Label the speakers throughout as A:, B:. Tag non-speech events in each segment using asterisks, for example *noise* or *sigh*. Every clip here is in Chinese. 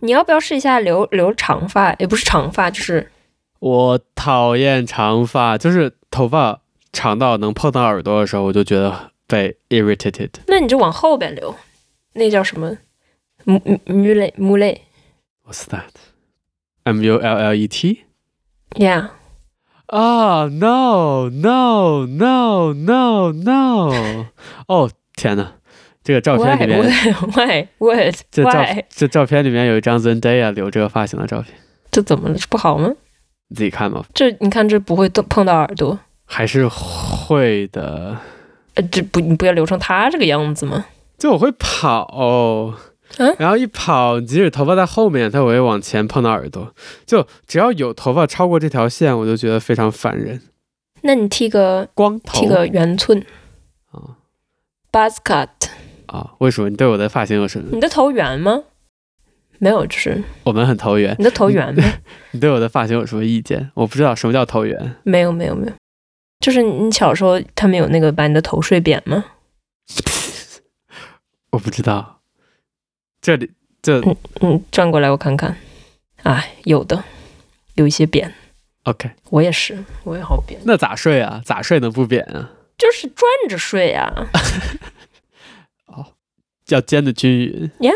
A: 你要不要试一下留留长发？也不是长发，就是
B: 我讨厌长发，就是头发长到能碰到耳朵的时候，我就觉得被 irritated。
A: 那你就往后边留，那叫什么？母母类母类
B: What's that? M U L L E T？
A: ，yeah，
B: 啊、n o no no no no！哦，天哪，这个照片里
A: Why
B: 面，
A: why why what
B: 这照
A: why
B: 这照片里面有一张 Zendaya 留这个发型的照片，
A: 这怎么了？这不好吗？
B: 你自己看吧，
A: 这你看这不会动碰到耳朵，
B: 还是会的。
A: 呃，这不你不要留成他这个样子吗？
B: 就我会跑，
A: 嗯
B: 然后一跑，即使头发在后面，它也会往前碰到耳朵。就只要有头发超过这条线，我就觉得非常烦人。
A: 那你剃个
B: 光头
A: 剃个圆寸
B: 啊
A: buzz cut，
B: 啊！为什么你对我的发型有什么？
A: 你的头圆吗？没有，就是
B: 我们很投缘。
A: 你的头
B: *laughs*
A: 圆吗？
B: 你对我的发型有什么意见？我不知道什么叫投缘。
A: 没有，没有，没有。就是你小时候他们有那个把你的头睡扁吗？
B: 我不知道，这里这
A: 嗯，转过来我看看。哎，有的，有一些扁，
B: OK，
A: 我也是，我也好扁，
B: 那咋睡啊？咋睡能不扁啊？
A: 就是转着睡啊。 *laughs*
B: 要尖的均匀，
A: 呀，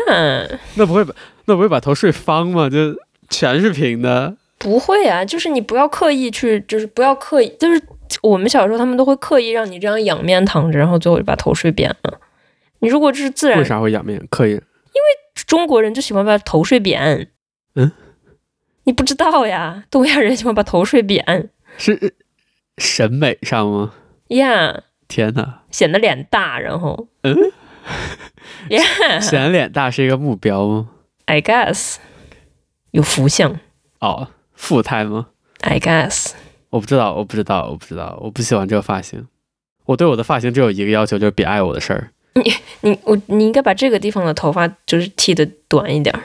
B: 那不会把那不会把头睡方吗？就全是平的。
A: 不会啊，就是你不要刻意去，就是不要刻意，就是我们小时候他们都会刻意让你这样仰面躺着，然后最后就把头睡扁了。你如果就是自然
B: 为，啥会仰面？刻意
A: 中国人就喜欢把头睡扁。
B: 嗯，
A: 你不知道呀，东亚人喜欢把头睡扁，
B: 是审美上吗？
A: 呀、
B: 天哪，
A: 显得脸大，然后
B: 嗯
A: ，Yeah，I
B: *laughs* 显脸大是一个目标吗？
A: guess 有福相
B: 哦，富态吗？
A: ，I guess
B: 我不知道，我不知道，我不知道，我不喜欢这个发型。我对我的发型只有一个要求，就是别碍我的事儿。
A: 你我你应该把这个地方的头发就是剃的短一点儿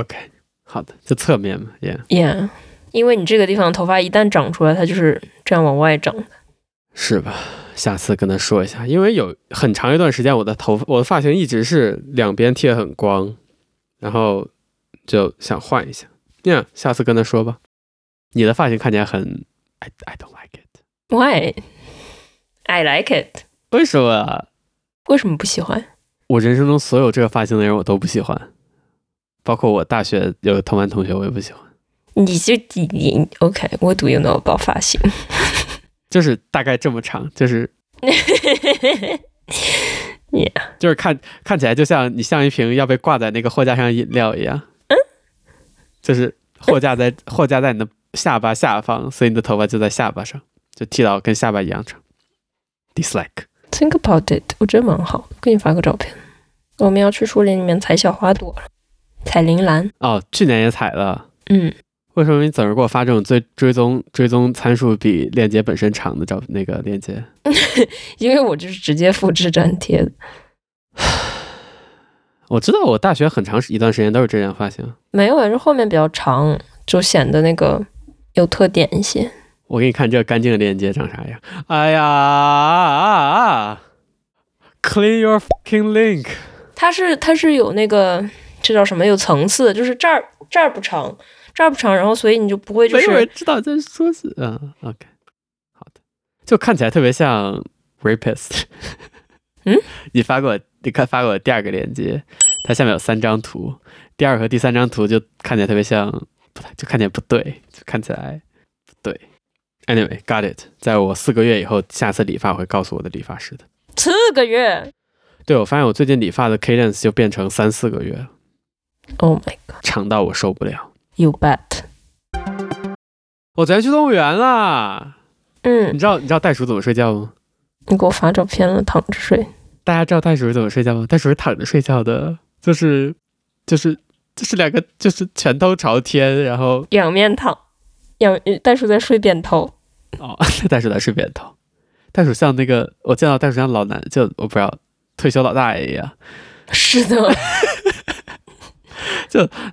B: OK，好的，就侧面嘛，Yeah，
A: ，Yeah，因为你这个地方的头发一旦长出来，它就是这样往外长的。
B: 是吧？下次跟他说一下，因为有很长一段时间，我的头发，我的发型一直是两边剃得很光，然后就想换一下。Yeah，下次跟他说吧。你的发型看起来很，I I don't like it，
A: Why？I like it。
B: 为什么啊？
A: 为什么不喜欢？
B: 我人生中所有这个发型的人我都不喜欢，包括我大学有个同班同学我也不喜欢，
A: 你就你你 OK？What、do you know about 发型？
B: 就是大概这么长，就是就是看看起来就像你像一瓶要被挂在那个货架上的饮料一样，就是货架在货架在你的下巴下方，所以你的头发就在下巴上，就剃到跟下巴一样长。Dislike，
A: Think about it，我觉得蛮好，给你发个照片。我们要去树林里面采小花朵了，采铃兰。
B: 哦，去年也踩了，
A: 嗯，
B: 为什么你总是给我发这种追追踪追踪参数比链接本身长的照那个链接？
A: 因为我就是直接复制粘贴的，
B: 我知道我大学很长一段时间都是这样发型。
A: 没有，是后面比较长，就显得那个有特点一些。
B: 我给你看这个干净的链接长啥样。哎呀啊！Clean your fucking link。
A: 它是它是有那个这叫什么？有层次，就是这儿这儿不长，这儿不长，然后所以你就不会就
B: 没有人
A: 是
B: 知道这说是嗯，OK，好的，就看起来特别像 rapist。
A: 嗯，
B: *laughs* 你发给我，你看发给我第二个链接，它下面有三张图，第二和第三张图就看起来特别像，不太就看起来不对，就看起来不对。Anyway，got it。在我四个月以后，下次理发我会告诉我的理发师的。
A: 四个月。
B: 对，我发现我最近理发的 cadence 就变成三四个月了，
A: Oh my god,
B: 长到我受不了。
A: you bet。
B: 我昨天去动物园啦，你
A: 嗯，
B: 知道你知道袋鼠怎么睡觉吗？
A: 你给我发照片了，躺着睡。
B: 大家知道袋鼠是怎么睡觉吗？袋鼠是躺着睡觉的，就是就是就是两个就是拳头朝天，然后 *laughs*
A: 仰面躺，仰袋鼠在睡扁头。
B: 哦，袋鼠在睡扁头。袋鼠像那个我见到袋鼠像老男，就我不知道退休老大爷一样，
A: 是的，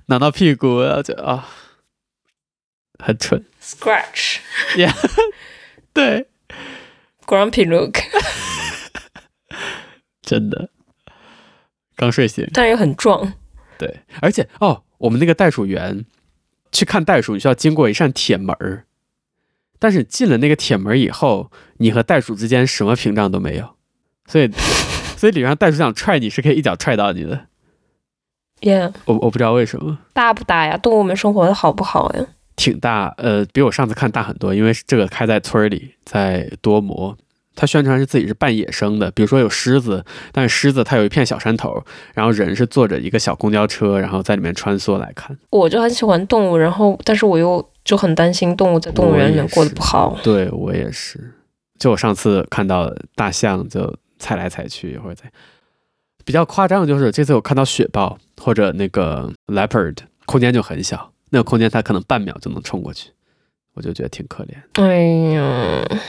B: 挠挠屁股，然后就啊、很蠢。
A: Scratch
B: 对，
A: *laughs* Grumpy Look，
B: 真的刚睡醒。
A: 但又很壮。
B: 对，而且哦，我们那个袋鼠园去看袋鼠，你需要经过一扇铁门儿，但是进了那个铁门以后，你和袋鼠之间什么屏障都没有，所以所以理论上袋鼠想踹你是可以一脚踹到你的。
A: 耶、
B: 我我不知道为什么，
A: 大不大呀？动物们生活的好不好呀？
B: 挺大，呃，比我上次看大很多，因为这个开在村儿里，在多摩。它宣传是自己是半野生的，比如说有狮子，但是狮子它有一片小山头，然后人是坐着一个小公交车，然后在里面穿梭来看。
A: 我就很喜欢动物，然后但是我又就很担心动物在动物园里面过得不好。
B: 对我也是，就我上次看到大象就踩来踩去，或者在比较夸张，的就是这次我看到雪豹或者那个 leopard，空间就很小，那个空间它可能半秒就能冲过去，我就觉得挺可怜。
A: 哎呀，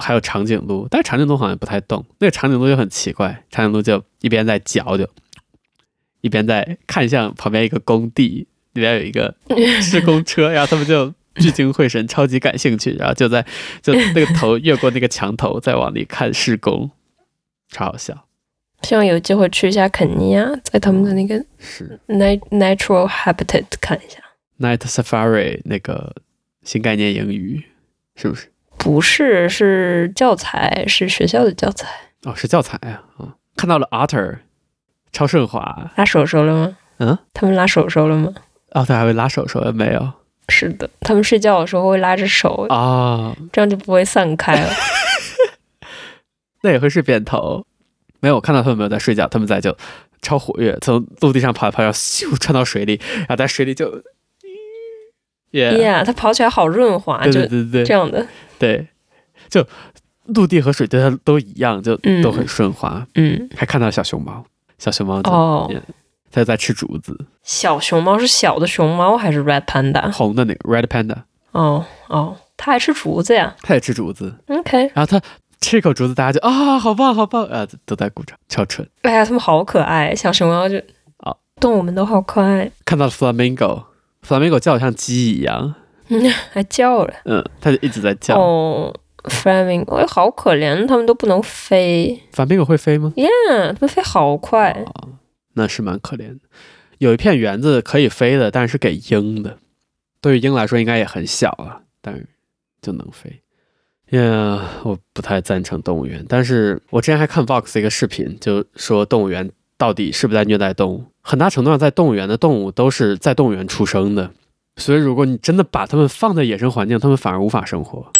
B: 还有长颈鹿，但是长颈鹿好像不太动，那个长颈鹿就很奇怪，长颈鹿就一边在嚼就，一边在看向旁边一个工地，里边有一个施工车，然后他们就聚精会神，超级感兴趣，然后就在就那个头越过那个墙头，再往里看施工，超好笑。
A: 希望有机会去一下肯尼亚，在他们的那个
B: 是
A: nat natural habitat 看一下。
B: Night Safari 那个新概念英语是不是？
A: 不是，是教材，是学校的教材。
B: 哦，是教材啊啊、看到了 Otter，超顺滑，
A: 拉手手了吗？
B: 嗯，
A: 他们拉手手了吗？
B: 哦，他还会拉手手没有啊？
A: 是的，他们睡觉的时候会拉着手，
B: 啊
A: 这样就不会散开
B: *laughs*
A: 了。
B: 那也会是扁头。没有，我看到他们没有在睡觉，他们在就超活跃，从陆地上爬爬，然后咻穿到水里，然后在水里就，耶、
A: 呀，它跑起来好润滑，
B: 对对
A: 啊就
B: 对对
A: 这
B: 对
A: 样的。
B: 对，就陆地和水对它都一样，就
A: 嗯
B: 都很顺滑。
A: 嗯，
B: 还看到小熊猫，小熊猫就、
A: 哦，
B: 它在吃竹子，
A: 小熊猫是小的熊猫还是 red panda？
B: 红的那个 red panda，
A: 哦哦，它还吃竹子呀。
B: 它也吃竹子，
A: OK，
B: 然后它吃一口竹子，大家就啊、好棒好棒啊，都在鼓掌，超蠢。
A: 哎呀，它们好可爱，小熊猫就
B: 哦
A: 动物们都好可爱，
B: 看到了 flamingo，flamingo 叫得像鸡一样，
A: 还叫了。
B: 嗯，它就一直在叫。
A: 哦，flamingo，哎，好可怜，它们都不能飞。
B: flamingo 会飞吗？
A: 嗯，它们飞好快。
B: 哦，那是蛮可怜的。有一片园子可以飞的，但是给鹰的，对于鹰来说应该也很小了，但是就能飞。呀、我不太赞成动物园，但是我之前还看 Vox 一个视频，就说动物园到底是不是在虐待动物。很大程度上，在动物园的动物都是在动物园出生的，所以如果你真的把它们放在野生环境，它们反而无法生活。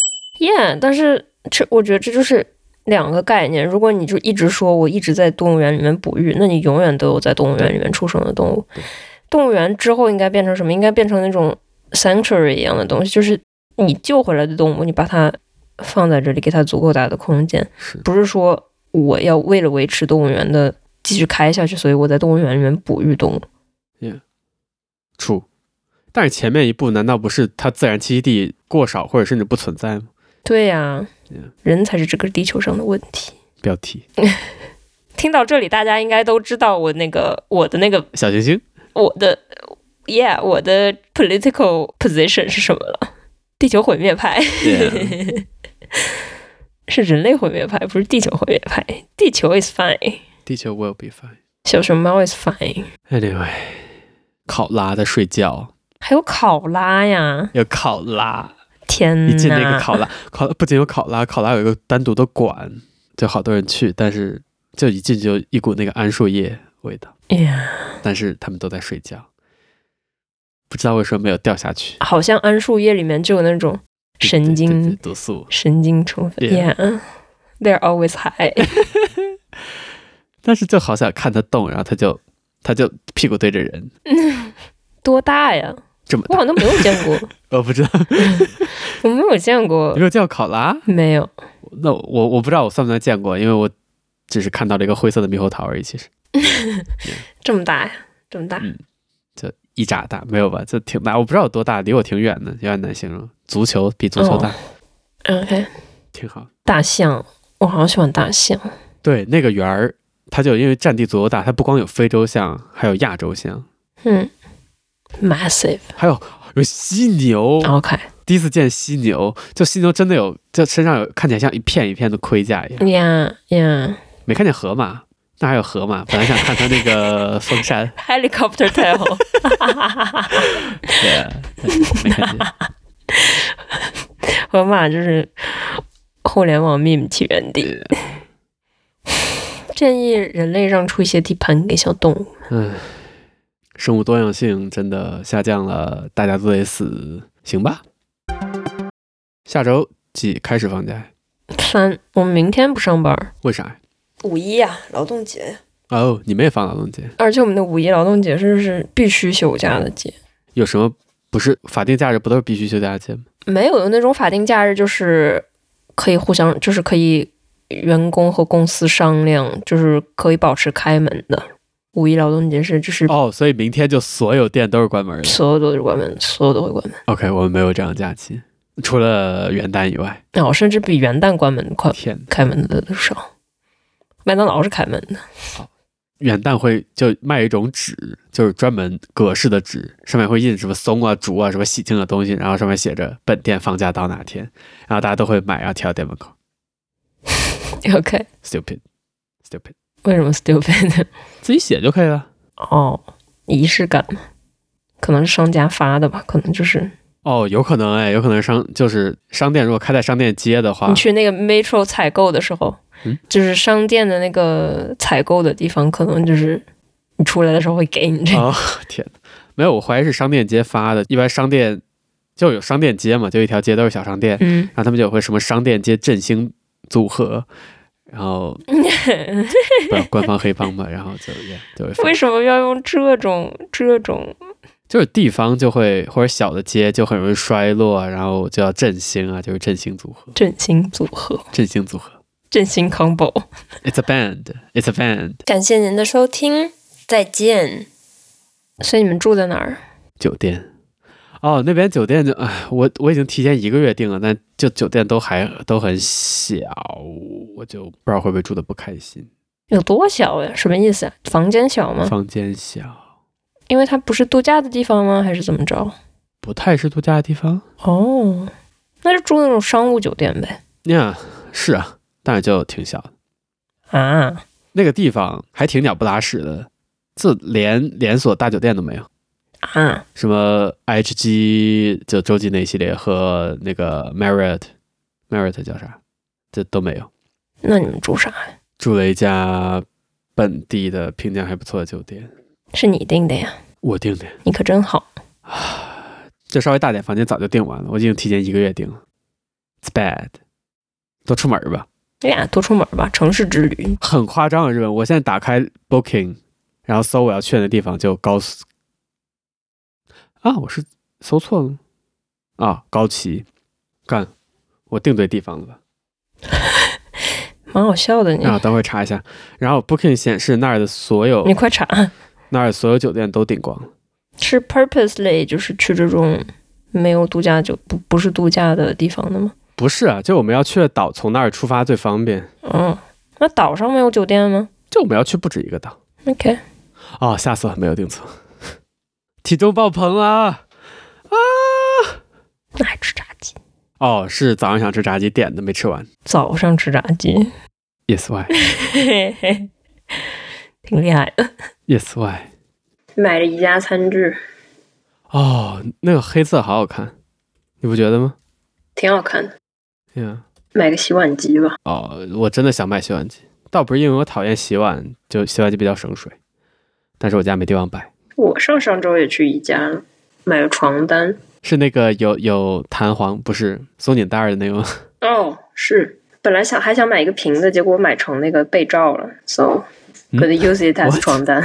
A: 耶，但是这我觉得这就是两个概念。如果你就一直说我一直在动物园里面哺育，那你永远都有在动物园里面出生的动物
B: 对。
A: 动物园之后应该变成什么？应该变成那种 sanctuary 一样的东西，就是你救回来的动物，你把它放在这里，给它足够大的空间，
B: 是
A: 不是说我要为了维持动物园的继续开下去，所以我在动物园里面哺育动物。
B: 处，但是前面一步难道不是它自然栖息地过少或者甚至不存在吗？
A: 对呀、
B: Yeah
A: 人才是这个地球上的问题。
B: 标题
A: 听到这里，大家应该都知道我那个我的那个
B: 小行星
A: 我的，yeah，我的 political position 是什么了？地球毁灭派 *laughs*
B: y
A: 是人类毁灭派，不是地球毁灭派。地球 is fine，
B: *laughs* 地球 will be fine。
A: 小熊猫 is fine，
B: Anyway，考拉在睡觉，
A: 还有考拉呀！
B: 有考拉，
A: 天呐，
B: 一进那个考拉，考拉不仅有考拉，考拉有一个单独的馆，就好多人去，但是就一进就一股那个桉树叶味道，
A: 呀
B: 但是他们都在睡觉，不知道为什么没有掉下去。
A: 好像桉树叶里面就有那种神
B: 对对对
A: 经
B: 毒素，
A: 神经成分
B: Yeah
A: ，yeah，they're always high 。
B: *laughs* 但是就好想看它动，然后它就它就屁股对着人，
A: 多大呀？
B: 这么
A: 我
B: 大
A: 好，像没有见过，
B: 我不知道，
A: 我没有见过
B: 你，没有见过考拉？
A: 没有。
B: 那我我不知道我算不算见过，因为我只是看到了一个灰色的猕猴桃而已，其实
A: 这么大呀，这么大，
B: 嗯就一拃大，没有吧？就挺大，我不知道有多大，离我挺远的，有点难形容。足球比足球大，
A: 嗯，OK，
B: 挺好。
A: 大象，我好喜欢大象。
B: 对，那个园儿，它就因为占地足够大，它不光有非洲象，还有亚洲象，
A: 嗯，massive。
B: 还有有犀牛。
A: OK，
B: 第一次见犀牛，就犀牛真的有，就身上有看起来像一片一片的盔甲一样，
A: 呀呀，
B: 没看见河马，那还有河马，本来想看他那个 *laughs* 风扇，
A: helicopter tail， *laughs*
B: 对啊，没看见。
A: 河马就是互联网 meme 起源地。建议人类让出一些地盘给小动物。
B: 唉，生物多样性真的下降了，大家都得死，行吧？下周几开始放假呀？
A: 三，我们明天不上班，
B: 为啥呀？
A: 五一啊，劳动节，
B: 哦，你们也放劳动节？
A: 而且我们的五一劳动节是是必须休假的节，
B: 有什么不是法定假日不都是必须休假的节吗？
A: 没有那种法定假日，就是可以互相，就是可以员工和公司商量，就是可以保持开门的。五一劳动节是就是
B: 哦，所以明天就所有店都是关门的。
A: 所有都是关门，所有都会关门，
B: OK，我们没有这样的假期，除了元旦以外。
A: 然后甚至比元旦关门快
B: 天哪，
A: 开门的都少。麦当劳是开门的，
B: 元旦会就卖一种纸，就是专门格式的纸，上面会印什么松啊、竹啊、什么喜庆的东西，然后上面写着本店放假到哪天，然后大家都会买，然后贴到店门口。
A: *laughs* OK，
B: Stupid, stupid，
A: 为什么 stupid？
B: 自己写就可以了。
A: 哦，仪式感嘛，可能是商家发的吧，可能就是
B: 哦，有可能哎，有可能商就是商店，如果开在商店街的话
A: 你，去那个 Metro 采购的时候，
B: 啊嗯
A: 就是商店的那个采购的地方，可能就是你出来的时候会给你这个。
B: 哦 *laughs* 天哪，没有，我怀疑是商店街发的。一般商店就有商店街嘛，就一条街都是小商店，
A: *laughs* 嗯， *laughs*
B: 然后他们就会什么商店街振兴组合，然后不要官方黑帮嘛，然后就也就会发
A: 为，什么要用这种这种？
B: 就是地方就会或者小的街就很容易衰落，然后就要振兴啊，就是振兴组
A: *laughs*
B: 合，
A: 振兴组合、
B: 振兴组合。
A: 振兴 combo。
B: It's a band, it's a band。
A: 感谢您的收听，再见。所以你们住在哪儿？
B: 酒店。哦，那边酒店就哎，我我已经提前一个月订了，但就酒店都还都很小，我就不知道会不会住的不开心。
A: 有多小呀？什么意思啊？房间小吗？
B: 房间小，
A: 因为它不是度假的地方吗？还是怎么着？
B: 不太是度假的地方。
A: 哦，那就住那种商务酒店呗。
B: 呀、是啊，但是就挺小的。
A: 啊，
B: 那个地方还挺鸟不拉屎的，这连连锁大酒店都没有，
A: 啊，
B: 什么 HG 就洲际那一系列和那个 Marriott Marriott 叫啥，这都没有。
A: 那你们住啥呀？
B: 住了一家本地的评价还不错的酒店，
A: 是你订的呀？
B: 我订的，
A: 你可真好。
B: 这稍微大点房间早就订完了，我已经提前一个月订了。It's bad，多出门儿吧，
A: 对哎呀，多出门吧，城市之旅。
B: 很夸张的啊日本。我现在打开 Booking，然后搜我要去的地方就高斯啊，我是搜错了吗啊，高崎，干，我订对地方了吧？
A: 蛮好笑的你，
B: 啊，等会儿查一下。然后 Booking 显示那儿的所有
A: 你快查，啊
B: 那儿的所有酒店都订光了。
A: 是 purposely 就是去这种没有度假就不不是度假的地方的吗？
B: 不是啊，就我们要去的岛，从那儿出发最方便。
A: 嗯，那岛上没有酒店吗
B: 就我们要去不止一个岛。
A: ？OK，
B: 哦，吓死我，没有订错，体重爆棚啦！啊！
A: 那还吃炸鸡？
B: 哦，是早上想吃炸鸡点的，没吃完。
A: 早上吃炸鸡， *laughs*
B: Yes why?
A: 嘿嘿，挺厉害的。
B: Yes why?
A: 买了宜家餐具，
B: 哦，那个黑色好好看，你不觉得吗？
A: 挺好看的。
B: 呀、
A: 买个洗碗机吧，
B: 哦，我真的想买洗碗机，倒不是因为我讨厌洗碗，就洗碗机比较省水，但是我家没地方摆。
A: 我上上周也去宜家了，买了床单。
B: 是那个有有弹簧，不是松紧带儿的那种。
A: 哦，是，本来想还想买一个平的，结果买成那个被罩了，so
B: 嗯
A: could use it as
B: What？
A: 床单。